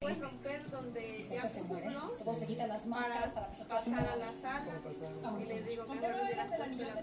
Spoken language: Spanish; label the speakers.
Speaker 1: puedes romper donde ya
Speaker 2: Esta se muere.
Speaker 1: puso,
Speaker 2: Luego se quita las máscaras para que se
Speaker 1: pasar a
Speaker 2: pase.
Speaker 1: la sala y le digo que
Speaker 3: Ponte
Speaker 1: no
Speaker 3: no
Speaker 1: le
Speaker 3: bailas de la
Speaker 1: puesto
Speaker 3: niña
Speaker 1: la